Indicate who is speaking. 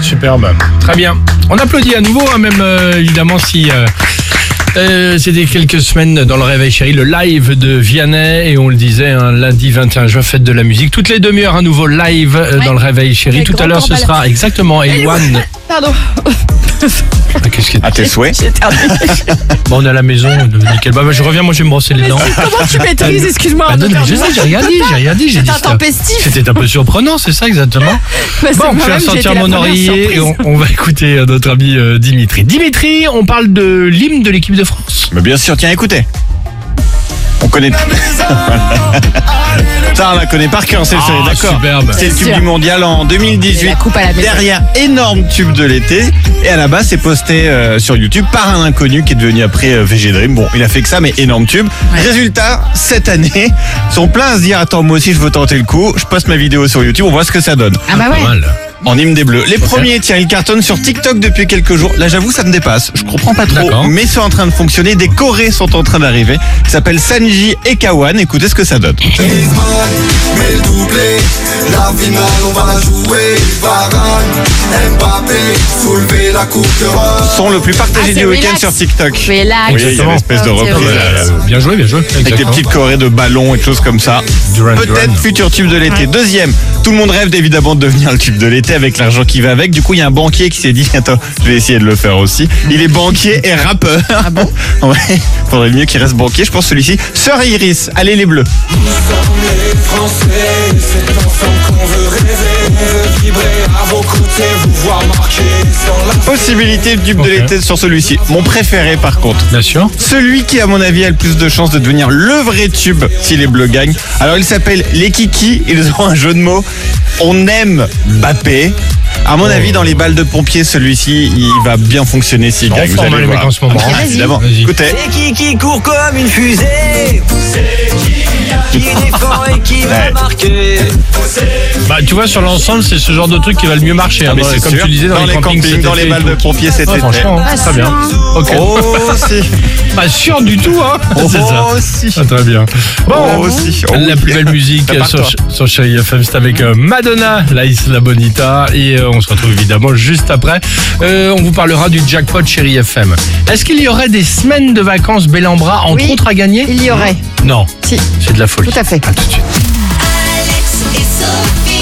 Speaker 1: Superbe.
Speaker 2: Très bien. On applaudit à nouveau, hein, même euh, évidemment si. euh, euh, C'était quelques semaines dans le Réveil Chéri, le live de Vianney, et on le disait, hein, lundi 21 juin, fête de la musique. Toutes les demi-heures, un nouveau live euh, dans le Réveil Chéri.
Speaker 3: Avec
Speaker 2: Tout à
Speaker 3: Grand
Speaker 2: l'heure, ce
Speaker 3: Corps
Speaker 2: sera exactement Elwan.
Speaker 3: Pardon.
Speaker 2: Ah, qu'est-ce que-
Speaker 4: À tes souhaits.
Speaker 3: J'ai terminé.
Speaker 2: Bon, on est à la maison, nickel. Bah, bah, je reviens, moi je vais me brosser les dents.
Speaker 3: Comment tu maîtrises, excuse-moi,
Speaker 2: Bah,
Speaker 3: en
Speaker 2: non,
Speaker 3: deux
Speaker 2: mais
Speaker 3: heures
Speaker 2: je
Speaker 3: de
Speaker 2: sais, j'ai rien dit, j'ai rien dit, j'ai dit.
Speaker 3: T'es
Speaker 2: ça.
Speaker 3: intempestif.
Speaker 2: C'était un peu surprenant, c'est ça exactement.
Speaker 3: Bah, c'est
Speaker 2: Bon, je vais
Speaker 3: moi-même, j'ai été
Speaker 2: sortir mon
Speaker 3: la première
Speaker 2: oreiller et
Speaker 3: surprise.
Speaker 2: on, on va écouter euh, notre ami euh, Dimitri. Dimitri, on parle de l'hymne de l'équipe de France.
Speaker 4: Mais bien sûr, tiens, écoutez. On connaît. Ça, on la connaît par cœur, c'est
Speaker 2: Ah,
Speaker 4: d'accord.
Speaker 2: superbe.
Speaker 4: C'est le tube
Speaker 3: Sûr.
Speaker 4: du mondial en
Speaker 3: Et
Speaker 4: 2018.
Speaker 3: la coupe à la maison.
Speaker 4: Derrière, énorme tube de l'été. Et à la base, c'est posté euh, sur YouTube par un inconnu qui est devenu après euh, VG Dream. Bon, il a fait que ça, mais énorme tube. Résultat, cette année, ils sont pleins à se dire Attends, moi aussi, je veux tenter le coup. Je poste ma vidéo sur YouTube, on voit ce que ça donne.
Speaker 3: Ah bah
Speaker 2: Pas
Speaker 3: ouais.
Speaker 2: mal.
Speaker 4: En hymne des bleus. Les premiers, tiens, ils cartonnent sur TikTok depuis quelques jours. Là, j'avoue, ça me dépasse. Je comprends pas trop,
Speaker 2: D'accord.
Speaker 4: mais c'est en train de fonctionner. Des Corées sont en train d'arriver. Ils s'appellent Sanji et Kawan. Écoutez ce que ça donne.
Speaker 5: Griezmann, mais le doublé. La finale, on va la jouer. Varane, Mbappé, soulever la coupe d'Europe.
Speaker 4: Son le plus partagé
Speaker 3: Ah, c'est
Speaker 4: du week-end
Speaker 3: relax.
Speaker 4: sur TikTok.
Speaker 3: Relax.
Speaker 4: Oui, il y a une espèce de
Speaker 3: Ah, c'est
Speaker 4: reprise.
Speaker 3: vrai.
Speaker 4: là, là.
Speaker 2: Euh, bien joué, bien joué.
Speaker 4: Avec des
Speaker 2: Exactement.
Speaker 4: petites corées de ballons et de choses comme ça.
Speaker 2: Duran, Duran.
Speaker 4: Peut-être futur tube de l'été. Deuxième, tout le monde rêve évidemment de devenir le tube de l'été avec l'argent qui va avec. Du coup, il y a un banquier qui s'est dit Attends, je vais essayer de le faire aussi. Il est banquier et rappeur. Ah bon Ouais, faudrait mieux qu'il reste banquier. Je pense celui-ci. Sœur Iris, allez les bleus.
Speaker 5: Les Français, c'est ensemble qu'on veut rêver. On veut vibrer à vos côtés, vous voir marquer sans la
Speaker 4: Possibilité de tube
Speaker 2: Ok.
Speaker 4: de l'été sur celui-ci. Mon préféré par contre.
Speaker 2: Bien sûr.
Speaker 4: Celui qui, à mon avis, a le plus de chances de devenir le vrai tube si les Bleus gagnent. Alors, il s'appelle les Kiki. Ils ont un jeu de mots. On aime Bappé. À
Speaker 2: Oh.
Speaker 4: mon avis, dans les balles de pompier, celui-ci, il va bien fonctionner s'il
Speaker 2: En
Speaker 4: gagne. Vous
Speaker 2: forme,
Speaker 4: allez
Speaker 2: les
Speaker 4: voir.
Speaker 2: mecs, en ce moment.
Speaker 4: Ah,
Speaker 2: Vas-y.
Speaker 4: Évidemment.
Speaker 2: Vas-y.
Speaker 4: Écoutez,
Speaker 6: C'est qui qui court comme une fusée C'est qui qui défend et qui
Speaker 4: Ouais.
Speaker 6: va marquer
Speaker 2: Bah, tu vois, sur l'ensemble, c'est ce genre de truc qui va le mieux marcher. hein,
Speaker 4: Ah, mais
Speaker 2: dans-
Speaker 4: c'est
Speaker 2: comme
Speaker 4: sûr.
Speaker 2: tu disais, dans,
Speaker 4: Dans les campings,
Speaker 2: cet
Speaker 4: dans les
Speaker 2: été et
Speaker 4: balles de
Speaker 2: tout.
Speaker 4: pompiers cet
Speaker 2: Ouais,
Speaker 4: été.
Speaker 2: Franchement,
Speaker 3: Ah,
Speaker 2: très bien. Ok.
Speaker 4: Oh, si.
Speaker 2: Pas sûr du tout, hein. C'est ça.
Speaker 4: Oh, si.
Speaker 2: Ah, très bien.
Speaker 4: Oh, si. Oh,
Speaker 2: La
Speaker 4: oui.
Speaker 2: plus belle musique
Speaker 4: Ça part,
Speaker 2: sur,
Speaker 4: toi.
Speaker 2: sur Chéri FM, c'est avec euh, Madonna, la Isla Bonita, et euh, on se retrouve évidemment juste après. Euh, on vous parlera du jackpot Chéri FM. Est-ce qu'il y aurait des semaines de vacances Bellambra entre
Speaker 3: Oui.
Speaker 2: autres à gagner
Speaker 3: Il y aurait.
Speaker 2: Non,
Speaker 3: Si,
Speaker 2: c'est de la folie.
Speaker 3: tout à fait.
Speaker 2: À tout de suite.
Speaker 7: Alex et Sophie.